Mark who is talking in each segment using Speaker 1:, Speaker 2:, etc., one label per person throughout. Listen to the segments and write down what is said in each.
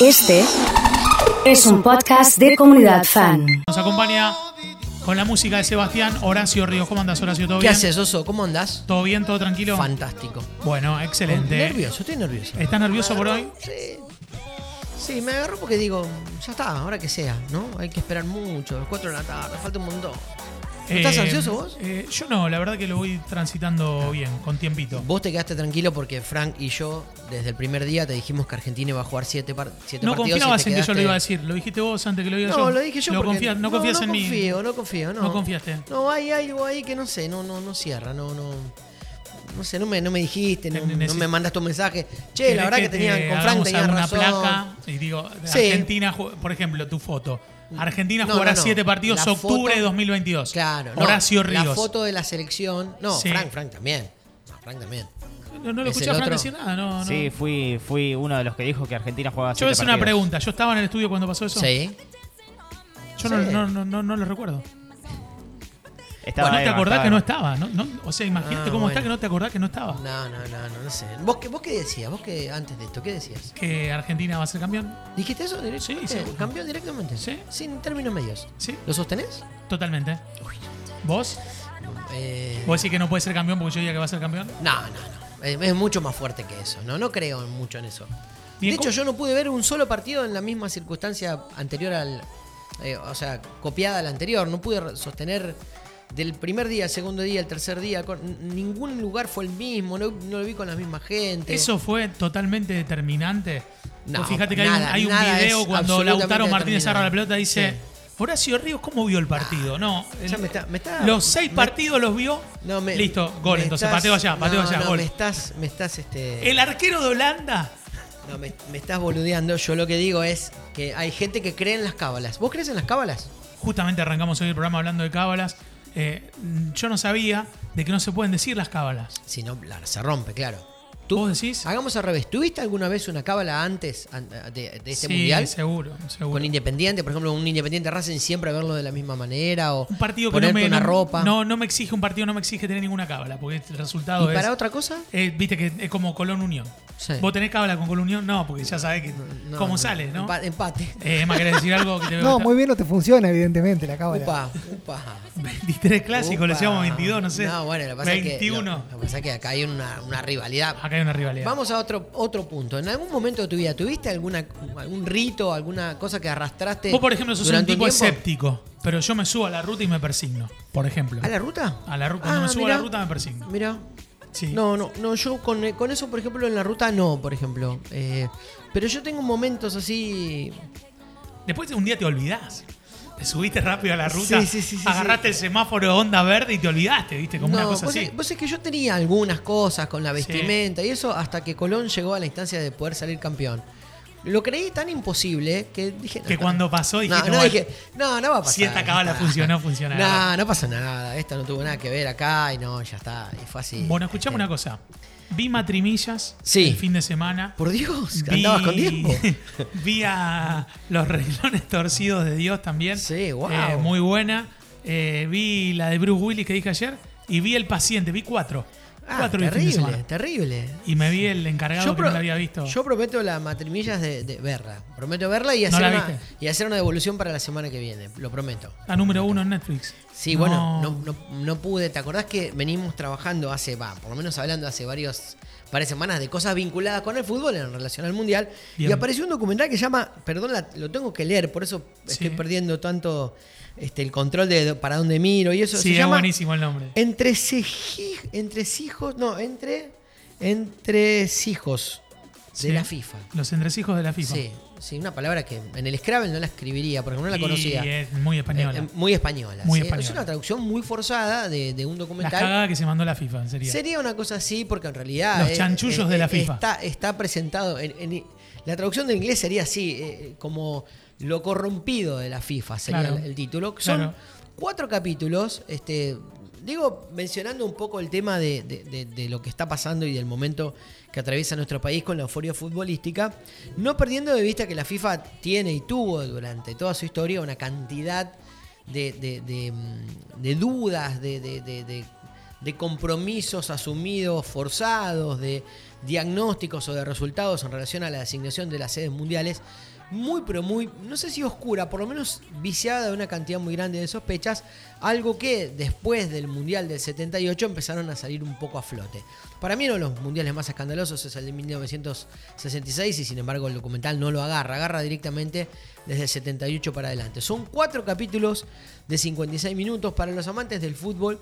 Speaker 1: Este es un podcast de comunidad fan.
Speaker 2: Nos acompaña con la música de Sebastián Horacio Ríos. ¿Cómo andas, Horacio? ¿Todo
Speaker 3: ¿Qué
Speaker 2: bien?
Speaker 3: haces, Oso? ¿Cómo andás?
Speaker 2: ¿Todo bien? ¿Todo tranquilo?
Speaker 3: Fantástico.
Speaker 2: Bueno, excelente.
Speaker 3: Nervioso, estoy nervioso.
Speaker 2: ¿Estás nervioso por hoy?
Speaker 3: Sí. Sí, me agarró porque digo, ya está, ahora que sea, ¿no? Hay que esperar mucho, las 4 de la tarde, falta un montón. ¿No estás
Speaker 2: Eh,
Speaker 3: ansioso vos?
Speaker 2: eh, yo no, la verdad que lo voy transitando bien, con tiempito.
Speaker 3: Vos te quedaste tranquilo porque Frank y yo, desde el primer día, te dijimos que Argentina iba a jugar 7 partidos.
Speaker 2: No
Speaker 3: confiabas
Speaker 2: confiabas en que yo lo iba a decir. Lo dijiste vos antes que lo diga
Speaker 3: No,
Speaker 2: yo.
Speaker 3: lo dije yo.
Speaker 2: Lo
Speaker 3: porque-
Speaker 2: confías- no confías en
Speaker 3: no
Speaker 2: mí.
Speaker 3: Confío, no confío, no.
Speaker 2: No confiaste.
Speaker 3: No, hay algo ahí que no sé, no, no, no cierra, no, no. No sé, no me, no me dijiste, no,
Speaker 2: Te-
Speaker 3: no me
Speaker 2: neces-
Speaker 3: mandaste un mensaje. Che,
Speaker 2: ¿Querés
Speaker 3: la verdad que, tenían,
Speaker 2: te
Speaker 3: con Frank
Speaker 2: hagamos
Speaker 3: tenían
Speaker 2: alguna
Speaker 3: razón.
Speaker 2: placa y digo,
Speaker 3: Sí.
Speaker 2: Argentina, ju- por ejemplo, tu foto. Argentina
Speaker 3: No,
Speaker 2: jugará
Speaker 3: no, no.
Speaker 2: siete partidos
Speaker 3: La
Speaker 2: octubre
Speaker 3: foto-
Speaker 2: de 2022.
Speaker 3: Claro, no,
Speaker 2: Horacio Ríos.
Speaker 3: La foto de la selección. No,
Speaker 2: Sí.
Speaker 3: Frank, Frank también. No, Frank también.
Speaker 2: No, no lo
Speaker 3: Es
Speaker 2: escuché a
Speaker 3: el
Speaker 2: Fran
Speaker 3: otro.
Speaker 2: decir nada, no, no.
Speaker 4: Sí, fui, fui uno de los que dijo que Argentina jugaba
Speaker 2: yo
Speaker 4: siete
Speaker 2: es una
Speaker 4: partidos.
Speaker 2: pregunta. Yo estaba en el estudio cuando pasó eso.
Speaker 3: este Sí.
Speaker 2: Yo no,
Speaker 3: Sí.
Speaker 2: no, no, no, no lo recuerdo.
Speaker 4: Estaba
Speaker 2: Bueno, no te
Speaker 4: Eva,
Speaker 2: acordás
Speaker 4: estaba
Speaker 2: que no
Speaker 4: Eva.
Speaker 2: estaba. No, no, o sea, imagínate
Speaker 3: Ah,
Speaker 2: cómo está
Speaker 3: bueno.
Speaker 2: que no te acordás que no estaba.
Speaker 3: No, no, no, no, no sé. ¿Vos, qué- ¿Vos qué decías? ¿Vos qué antes de esto? ¿Qué decías?
Speaker 2: Que Argentina va a ser campeón.
Speaker 3: ¿Dijiste eso directamente?
Speaker 2: Sí, seguro.
Speaker 3: ¿Cambió directamente?
Speaker 2: Sí.
Speaker 3: Sin términos medios.
Speaker 2: Sí,
Speaker 3: ¿Lo sostenés?
Speaker 2: totalmente. ¿Vos?
Speaker 3: Eh,
Speaker 2: ¿Vos decís que no puede ser campeón porque yo diga que va a ser campeón?
Speaker 3: No, no, no. Es, es mucho más fuerte que eso. No, no creo mucho en eso.
Speaker 2: Bien,
Speaker 3: de
Speaker 2: ¿cómo-
Speaker 3: hecho, yo no pude ver un solo partido en la misma circunstancia anterior al. eh, o sea, copiada a la anterior. No pude re- sostener del primer día, al segundo día, el tercer día. con- n- ningún lugar fue el mismo. No, no lo vi con la misma gente.
Speaker 2: ¿Eso fue totalmente determinante?
Speaker 3: No,
Speaker 2: Pues fíjate que hay
Speaker 3: nada,
Speaker 2: un- hay un,
Speaker 3: nada
Speaker 2: video
Speaker 3: es
Speaker 2: cuando
Speaker 3: absolutamente
Speaker 2: Lautaro Martínez
Speaker 3: determinante.
Speaker 2: agarra la pelota y dice,
Speaker 3: Sí.
Speaker 2: Horacio Ríos, ¿cómo vio el partido? No,
Speaker 3: Ya
Speaker 2: el-
Speaker 3: me está- me está-
Speaker 2: los seis
Speaker 3: me-
Speaker 2: partidos los vio.
Speaker 3: No, me-
Speaker 2: Listo, gol.
Speaker 3: me
Speaker 2: entonces,
Speaker 3: estás-
Speaker 2: pateo allá, pateo
Speaker 3: no,
Speaker 2: allá,
Speaker 3: no,
Speaker 2: gol.
Speaker 3: Me estás. Me estás este,
Speaker 2: El arquero de Holanda.
Speaker 3: No, me, me estás boludeando. Yo lo que digo es que hay gente que cree en las cábalas. ¿Vos crees en las cábalas?
Speaker 2: Justamente arrancamos hoy el programa hablando de cábalas. Eh, yo no sabía de que no se pueden decir las cábalas.
Speaker 3: Si no, la- se rompe, claro.
Speaker 2: ¿Vos decís?
Speaker 3: Hagamos al revés. ¿Tuviste alguna vez una cábala antes an- de, de este
Speaker 2: sí,
Speaker 3: mundial?
Speaker 2: seguro, seguro.
Speaker 3: Con Independiente, por ejemplo, un Independiente Racing siempre verlo de la misma manera o
Speaker 2: un partido que no
Speaker 3: ponerte
Speaker 2: me,
Speaker 3: una
Speaker 2: no-
Speaker 3: ropa.
Speaker 2: No, no me exige, un partido no me exige tener ninguna cábala, porque el
Speaker 3: ¿Y
Speaker 2: resultado es...
Speaker 3: para otra cosa?
Speaker 2: Eh, Viste que es como Colón Unión.
Speaker 3: Sí.
Speaker 2: ¿Vos tenés que hablar con Colón Unión? No, porque ya sabés que
Speaker 3: No,
Speaker 2: cómo
Speaker 3: no.
Speaker 2: sale, ¿no?
Speaker 3: Empa- Empate.
Speaker 2: Eh, Emma, ¿querés decir algo que te
Speaker 5: No, muy bien no te funciona, evidentemente, la cábala.
Speaker 3: Upa, upa.
Speaker 2: 23 clásicos, le
Speaker 3: upa.
Speaker 2: decíamos 22, no sé.
Speaker 3: No, bueno, lo que pasa es que-
Speaker 2: 21.
Speaker 3: lo- lo que pasa es que acá hay una, una rivalidad.
Speaker 2: Acá hay una rivalidad.
Speaker 3: Vamos a otro, otro punto. ¿En algún momento de tu vida tuviste alguna, algún rito, alguna cosa que arrastraste?
Speaker 2: Vos, por ejemplo, sos un
Speaker 3: durante
Speaker 2: tipo
Speaker 3: tiempo?
Speaker 2: escéptico, pero yo me subo a la ruta y me persigno, por ejemplo.
Speaker 3: ¿A la ruta?
Speaker 2: A la ruta. Cuando me subo a la ruta me persigno.
Speaker 3: Mira.
Speaker 2: Sí.
Speaker 3: Ah, No, no, no, yo con, con eso, por ejemplo, en la ruta no, por ejemplo. Eh, pero yo tengo momentos así.
Speaker 2: Después de un día te olvidás. Te subiste rápido a la ruta,
Speaker 3: Sí, sí, sí, sí,
Speaker 2: agarraste el semáforo onda verde y te olvidaste, ¿viste? Como una
Speaker 3: no,
Speaker 2: cosa
Speaker 3: vos,
Speaker 2: así.
Speaker 3: sabés- vos sabés que yo tenía algunas cosas con la vestimenta y eso hasta que Colón llegó a la instancia de poder salir campeón. Lo creí tan imposible que dije.
Speaker 2: Que
Speaker 3: no,
Speaker 2: cuando pasó dijiste,
Speaker 3: no, no,
Speaker 2: bueno,
Speaker 3: dije, no, no va a pasar.
Speaker 2: si esta cábala
Speaker 3: ya está.
Speaker 2: funcionó, funcionará.
Speaker 3: No, no pasa nada. Esta no tuvo nada que ver acá y no, ya está. Y fue así.
Speaker 2: Bueno, escuchame
Speaker 3: Este,
Speaker 2: una cosa. Vi matrimillas
Speaker 3: Sí.
Speaker 2: el fin de semana.
Speaker 3: Por Dios,
Speaker 2: Vi-
Speaker 3: andabas con tiempo.
Speaker 2: vi a los reglones torcidos de Dios también.
Speaker 3: Sí, wow.
Speaker 2: Eh, muy buena. Eh, vi la de Bruce Willis que dije ayer. Y vi el paciente, vi cuatro.
Speaker 3: Ah,
Speaker 2: cuatro vi el fin de
Speaker 3: terrible,
Speaker 2: semana.
Speaker 3: terrible.
Speaker 2: Y me vi el encargado que
Speaker 3: pro-
Speaker 2: no la había visto.
Speaker 3: yo prometo las matrimillas de, de verla. Prometo verla y
Speaker 2: No
Speaker 3: hacer,
Speaker 2: la
Speaker 3: una,
Speaker 2: viste.
Speaker 3: y hacer una devolución para la semana que viene. Lo prometo.
Speaker 2: La número uno en Netflix.
Speaker 3: Sí, bueno, no, no- no pude. ¿Te acordás que venimos trabajando hace, va, por lo menos hablando hace varios, varias semanas de cosas vinculadas con el fútbol en relación al mundial?
Speaker 2: Bien.
Speaker 3: Y apareció un documental que se llama, perdón, la- lo tengo que leer, por eso estoy
Speaker 2: Sí.
Speaker 3: perdiendo tanto este, el control de do- para dónde miro y eso.
Speaker 2: Sí,
Speaker 3: se
Speaker 2: es
Speaker 3: llama
Speaker 2: buenísimo el nombre.
Speaker 3: Entre, Seji- entre hijos, no, entre, entre hijos de
Speaker 2: Sí.
Speaker 3: la FIFA.
Speaker 2: Los entresijos de la FIFA.
Speaker 3: Sí, sí, una palabra que en el Scrabble no la escribiría porque no la
Speaker 2: Y
Speaker 3: conocía.
Speaker 2: es muy española.
Speaker 3: Eh, eh, muy española.
Speaker 2: Muy
Speaker 3: sí. Es
Speaker 2: española.
Speaker 3: una traducción muy forzada de, de un
Speaker 2: Las
Speaker 3: documental.
Speaker 2: cagadas que se mandó la FIFA, en serio.
Speaker 3: Sería una cosa así porque en realidad...
Speaker 2: Los
Speaker 3: eh,
Speaker 2: chanchullos de la FIFA.
Speaker 3: Está, está presentado... En, en- la traducción del inglés sería así, eh, como lo corrompido de la FIFA sería
Speaker 2: Claro.
Speaker 3: el, el título. Son
Speaker 2: Claro.
Speaker 3: cuatro capítulos. Este, digo, mencionando un poco el tema de, de- de- de lo que está pasando y del momento que atraviesa nuestro país con la euforia futbolística, no perdiendo de vista que la FIFA tiene y tuvo durante toda su historia una cantidad de, de- de, mm, de dudas, de, de- de- de- de compromisos asumidos forzados, de diagnósticos o de resultados en relación a la designación de las sedes mundiales, muy pero muy, no sé si oscura, por lo menos viciada de una cantidad muy grande de sospechas, algo que después del Mundial del 78 empezaron a salir un poco a flote. Para mí uno de los mundiales más escandalosos es el de 1966 y sin embargo el documental no lo agarra, agarra directamente desde el 78 para adelante. Son cuatro capítulos de 56 minutos para los amantes del fútbol.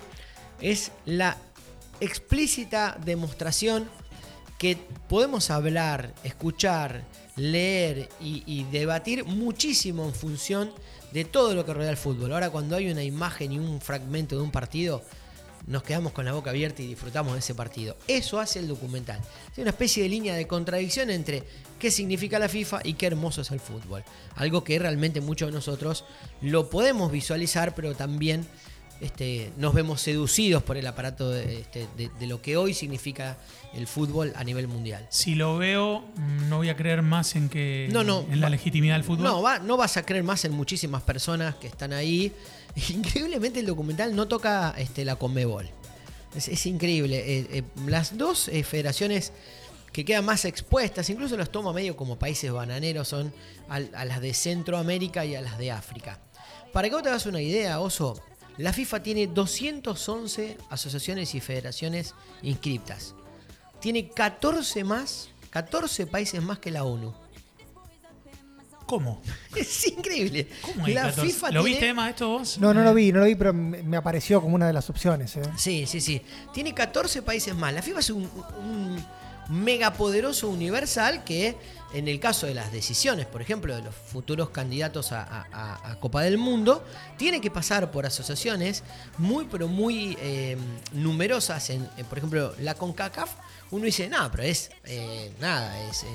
Speaker 3: Es la explícita demostración que podemos hablar, escuchar, leer y, y debatir muchísimo en función de todo lo que rodea el fútbol. Ahora cuando hay una imagen y un fragmento de un partido, nos quedamos con la boca abierta y disfrutamos de ese partido. Eso hace el documental. Es una especie de línea de contradicción entre qué significa la FIFA y qué hermoso es el fútbol. Algo que realmente muchos de nosotros lo podemos visualizar, pero también este, nos vemos seducidos por el aparato de, este, de- de lo que hoy significa el fútbol a nivel mundial.
Speaker 2: Si lo veo, mm, no voy a creer más en que
Speaker 3: No, no.
Speaker 2: en la legitimidad del fútbol.
Speaker 3: No, va- no vas a creer más en muchísimas personas que están ahí. Increíblemente el documental no toca este, la Conmebol. Es, es increíble. Eh, eh, las dos eh, federaciones que quedan más expuestas, incluso los toma medio como países bananeros, son al- a las de Centroamérica y a las de África. Para que vos te hagas una idea, Oso, la FIFA tiene 211 asociaciones y federaciones inscriptas. Tiene 14 más, 14 países más que la ONU.
Speaker 2: ¿Cómo?
Speaker 3: Es increíble.
Speaker 2: ¿Cómo hay
Speaker 3: la
Speaker 2: 14?
Speaker 3: FIFA
Speaker 2: ¿Lo
Speaker 3: tiene-
Speaker 2: viste, Emma, esto vos?
Speaker 5: No, no lo vi, no lo vi, pero me me apareció como una de las opciones. ¿eh?
Speaker 3: Sí, sí, sí. Tiene 14 países más. La FIFA es un, un megapoderoso universal que, en el caso de las decisiones, por ejemplo, de los futuros candidatos a, a- a- a Copa del Mundo, tiene que pasar por asociaciones muy, pero muy eh, numerosas. En, en, por ejemplo, la CONCACAF, uno dice, nada, pero es eh, nada, es. eh,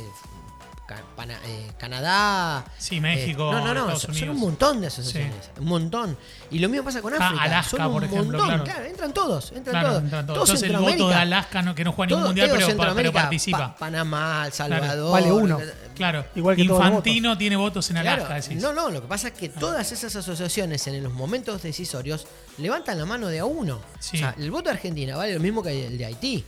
Speaker 3: Ca- Pana- eh, Canadá.
Speaker 2: Sí, México,
Speaker 3: eh, no, no, no.
Speaker 2: Estados
Speaker 3: son- Son
Speaker 2: Unidos.
Speaker 3: un montón de asociaciones. Un montón. Y lo mismo pasa con África.
Speaker 2: Ah, Alaska,
Speaker 3: son un
Speaker 2: por ejemplo,
Speaker 3: montón.
Speaker 2: claro.
Speaker 3: entran todos. Entran
Speaker 2: Claro,
Speaker 3: todos.
Speaker 2: entran todos.
Speaker 3: Todo
Speaker 2: Entonces el
Speaker 3: Centroamérica.
Speaker 2: voto de Alaska no, que no juega ningún
Speaker 3: Todo-
Speaker 2: mundial,
Speaker 3: todo
Speaker 2: pero, pa- pero
Speaker 3: Centroamérica,
Speaker 2: participa.
Speaker 3: pa- Panamá, El Salvador.
Speaker 5: Vale uno.
Speaker 2: claro.
Speaker 5: Igual que todos los
Speaker 2: Infantino tiene votos en
Speaker 3: Claro,
Speaker 2: Alaska, decís. Ah.
Speaker 3: no, no, lo que pasa es que todas esas asociaciones en los momentos decisorios levantan la mano de a uno.
Speaker 2: Sí.
Speaker 3: O sea, el voto de Argentina vale lo mismo que el de Haití.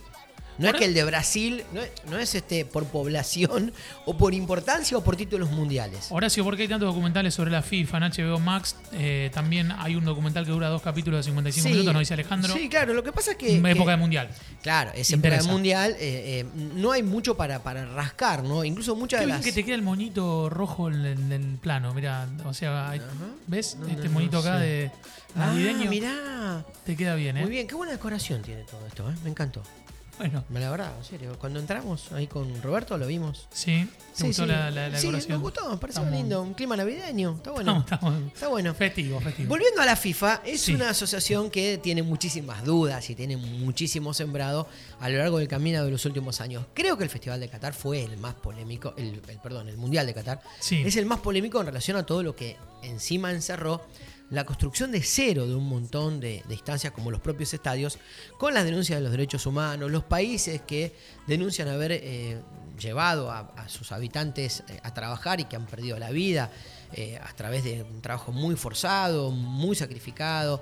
Speaker 3: No
Speaker 2: Ahora-
Speaker 3: es que el de Brasil, no es, no es, este por población o por importancia o por títulos mundiales.
Speaker 2: Horacio, ¿por qué hay tantos documentales sobre la FIFA en HBO Max? Eh, también hay un documental que dura dos capítulos de 55
Speaker 3: Sí.
Speaker 2: minutos, nos dice Alejandro.
Speaker 3: Sí, claro, lo que pasa es que.
Speaker 2: en época
Speaker 3: que-
Speaker 2: de mundial.
Speaker 3: Claro, es época de
Speaker 2: Interesa.
Speaker 3: mundial. eh, eh, no hay mucho para, para rascar, ¿no? Incluso muchas
Speaker 2: Qué
Speaker 3: de
Speaker 2: bien
Speaker 3: las.
Speaker 2: que te queda el moñito rojo en el, en el plano, mira, o sea, hay- ¿ves? este moñito acá de
Speaker 3: Ah,
Speaker 2: navideño
Speaker 3: mirá.
Speaker 2: te queda bien, ¿eh?
Speaker 3: Muy bien, qué buena decoración tiene todo esto, ¿eh? Me encantó.
Speaker 2: Bueno,
Speaker 3: La verdad, en serio. Cuando entramos ahí con Roberto lo vimos.
Speaker 2: sí, ¿te
Speaker 3: Sí,
Speaker 2: gustó
Speaker 3: sí.
Speaker 2: la, la, la
Speaker 3: Sí,
Speaker 2: decoración?
Speaker 3: nos gustó, me pareció
Speaker 2: Estamos-
Speaker 3: lindo. Un clima navideño, está bueno.
Speaker 2: Estamos, estamos-
Speaker 3: Está bueno.
Speaker 2: Festivo, festivo.
Speaker 3: Volviendo a la FIFA, es
Speaker 2: Sí.
Speaker 3: una asociación que tiene muchísimas dudas y tiene muchísimo sembrado a lo largo del camino de los últimos años. Creo que el Festival de Qatar fue el más polémico, el, el- perdón, el Mundial de Qatar
Speaker 2: Sí.
Speaker 3: es el más polémico en relación a todo lo que encima encerró la construcción de cero de un montón de, de instancias como los propios estadios, con las denuncias de los derechos humanos, los países que denuncian haber eh, llevado a, a sus habitantes eh, a trabajar y que han perdido la vida eh, a través de un trabajo muy forzado, muy sacrificado.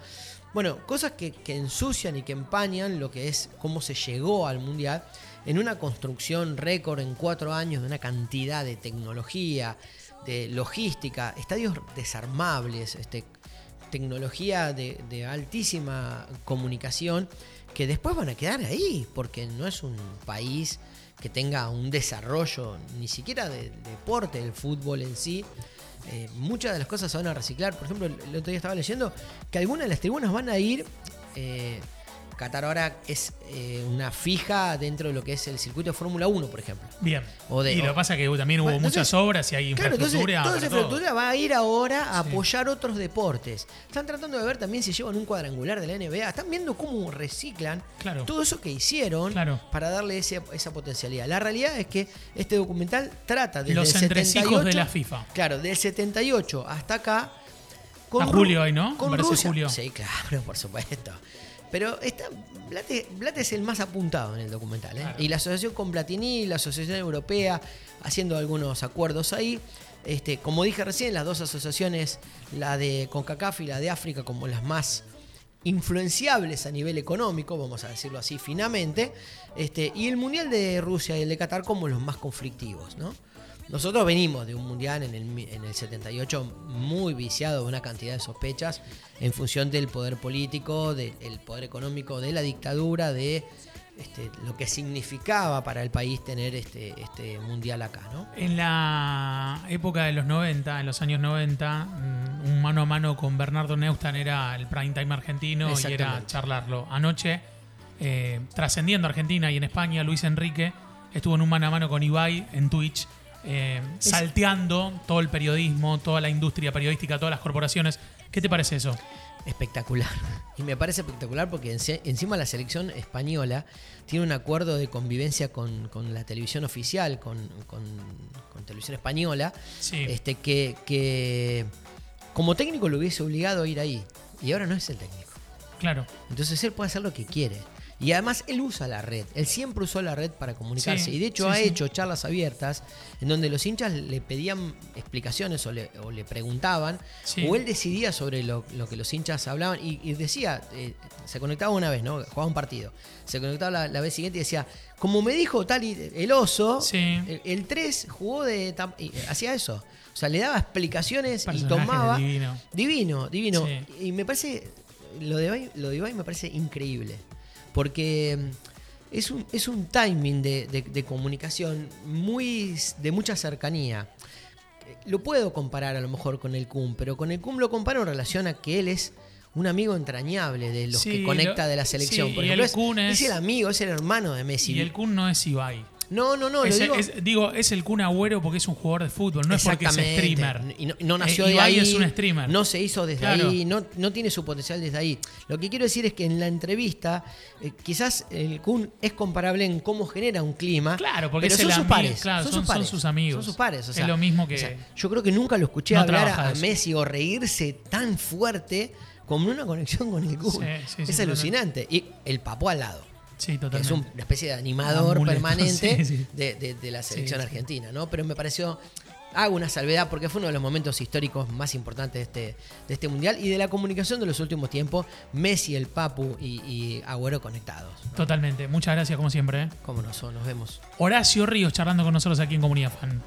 Speaker 3: Bueno, cosas que, que ensucian y que empañan lo que es cómo se llegó al Mundial en una construcción récord en cuatro años de una cantidad de tecnología, de logística, estadios desarmables, este, tecnología de, de altísima comunicación que después van a quedar ahí, porque no es un país que tenga un desarrollo ni siquiera del deporte, del fútbol en sí. Eh, muchas de las cosas se van a reciclar. Por ejemplo, el el otro día estaba leyendo que algunas de las tribunas van a ir. eh, Qatar ahora es eh, una fija dentro de lo que es el circuito de Fórmula 1, por ejemplo.
Speaker 2: Bien.
Speaker 3: O de-
Speaker 2: y lo que
Speaker 3: o-
Speaker 2: pasa es que uh, también hubo
Speaker 3: Bueno, entonces-
Speaker 2: muchas obras y hay
Speaker 3: Claro, entonces
Speaker 2: infraestructura.
Speaker 3: toda esa
Speaker 2: para todo.
Speaker 3: infraestructura va a ir ahora a
Speaker 2: Sí.
Speaker 3: apoyar otros deportes. Están tratando de ver también si llevan un cuadrangular de la NBA. Están viendo cómo reciclan
Speaker 2: Claro.
Speaker 3: todo eso que hicieron
Speaker 2: Claro.
Speaker 3: para darle ese- esa potencialidad. La realidad es que este documental trata desde
Speaker 2: Los
Speaker 3: el
Speaker 2: entresijos
Speaker 3: 78,
Speaker 2: de la FIFA.
Speaker 3: Claro, del 78 hasta acá.
Speaker 2: A
Speaker 3: Ru-
Speaker 2: julio hoy, ¿no?
Speaker 3: Con
Speaker 2: Parece
Speaker 3: Rusia.
Speaker 2: julio.
Speaker 3: Sí, claro, por supuesto. Pero está, Blatter, Blatter es el más apuntado en el documental. ¿eh?
Speaker 2: Claro.
Speaker 3: Y la asociación con Platini, la asociación europea, haciendo algunos acuerdos ahí. Este, como dije recién, las dos asociaciones, la de CONCACAF y la de África, como las más influenciables a nivel económico, vamos a decirlo así finamente, este, y el Mundial de Rusia y el de Qatar como los más conflictivos, ¿no? Nosotros venimos de un mundial en el, mi- en el 78 muy viciado de una cantidad de sospechas en función del poder político, del el poder económico, de la dictadura, de este, lo que significaba para el país tener este, este mundial acá, ¿no?
Speaker 2: En la época de los 90, en los años 90, mm, un mano a mano con Bernardo Neustan era el prime time argentino y era
Speaker 3: Exactamente.
Speaker 2: charlarlo. Anoche, eh, trascendiendo Argentina y en España, Luis Enrique estuvo en un mano a mano con Ibai en Twitch, eh, salteando todo el periodismo, toda la industria periodística, todas las corporaciones. ¿Qué te parece eso?
Speaker 3: espectacular. Y me parece espectacular porque ence- encima la selección española tiene un acuerdo de convivencia con, con la televisión oficial, con, con- con televisión española,
Speaker 2: Sí.
Speaker 3: este, que, que como técnico lo hubiese obligado a ir ahí. Y ahora no es el técnico.
Speaker 2: Claro.
Speaker 3: Entonces él puede hacer lo que quiere. Y además él usa la red, él siempre usó la red para comunicarse.
Speaker 2: Sí,
Speaker 3: y de hecho
Speaker 2: sí,
Speaker 3: ha
Speaker 2: sí.
Speaker 3: hecho charlas abiertas en donde los hinchas le pedían explicaciones o le, o le preguntaban.
Speaker 2: Sí.
Speaker 3: O él decidía sobre lo, lo que los hinchas hablaban. Y, y decía, eh, se conectaba una vez, ¿no? Jugaba un partido. Se conectaba la, la vez siguiente y decía, como me dijo tal y el oso,
Speaker 2: Sí.
Speaker 3: el, 3 jugó de... tam- y eh, hacía eso. O sea, le daba explicaciones y
Speaker 2: Personaje
Speaker 3: tomaba...
Speaker 2: divino.
Speaker 3: Divino, divino.
Speaker 2: Sí.
Speaker 3: Y me parece, lo de, Ibai, lo de Ibai me parece increíble. Porque mm, es un, es un timing de, de- de comunicación muy s- de mucha cercanía. Eh, Lo puedo comparar a lo mejor con el CUM, pero con el CUM lo comparo en relación a que él es un amigo entrañable de los
Speaker 2: Sí,
Speaker 3: que conecta
Speaker 2: lo-
Speaker 3: de la selección.
Speaker 2: sí,
Speaker 3: Por
Speaker 2: y
Speaker 3: ejemplo,
Speaker 2: el Kun
Speaker 3: es,
Speaker 2: es-
Speaker 3: el amigo, es el hermano de Messi.
Speaker 2: Y el Kun no es Ibai.
Speaker 3: No, no, no,
Speaker 2: es,
Speaker 3: lo digo...
Speaker 2: es- digo, es el Kun Agüero porque es un jugador de fútbol, no es porque es
Speaker 3: Exactamente.
Speaker 2: streamer.
Speaker 3: Y no, no
Speaker 2: Eh,
Speaker 3: nació de
Speaker 2: Ibai
Speaker 3: ahí.
Speaker 2: es un streamer.
Speaker 3: No se hizo desde
Speaker 2: Claro.
Speaker 3: ahí, no, no tiene su potencial desde ahí. Lo que quiero decir es que en la entrevista, eh, quizás el Kun es comparable en cómo genera un clima.
Speaker 2: Claro, porque
Speaker 3: pero
Speaker 2: es
Speaker 3: son
Speaker 2: el
Speaker 3: sus
Speaker 2: ami-
Speaker 3: pares.
Speaker 2: claro,
Speaker 3: son,
Speaker 2: son-
Speaker 3: sus
Speaker 2: son
Speaker 3: pares,
Speaker 2: sus amigos.
Speaker 3: Son sus pares. o
Speaker 2: Es
Speaker 3: sea,
Speaker 2: lo mismo que-
Speaker 3: yo creo que nunca lo escuché
Speaker 2: No
Speaker 3: hablar
Speaker 2: trabaja
Speaker 3: a, a
Speaker 2: eso.
Speaker 3: Messi o reírse tan fuerte como una conexión con el Kun.
Speaker 2: Sí, sí,
Speaker 3: es
Speaker 2: sí,
Speaker 3: alucinante. Y el papó al lado.
Speaker 2: Sí,
Speaker 3: que
Speaker 2: totalmente.
Speaker 3: es un- una especie de animador
Speaker 2: Amuleto, sí,
Speaker 3: permanente
Speaker 2: sí.
Speaker 3: De, de- de la selección
Speaker 2: Sí, sí.
Speaker 3: argentina, ¿no? Pero me pareció. Hago una salvedad porque fue uno de los momentos históricos más importantes de este, de este mundial y de la comunicación de los últimos tiempos. Messi, el Papu y, y Agüero conectados.
Speaker 2: Totalmente. Muchas gracias, como siempre. ¿eh?
Speaker 3: ¿Cómo no son? Nos vemos.
Speaker 2: Horacio Ríos charlando con nosotros aquí en Comunidad Fan.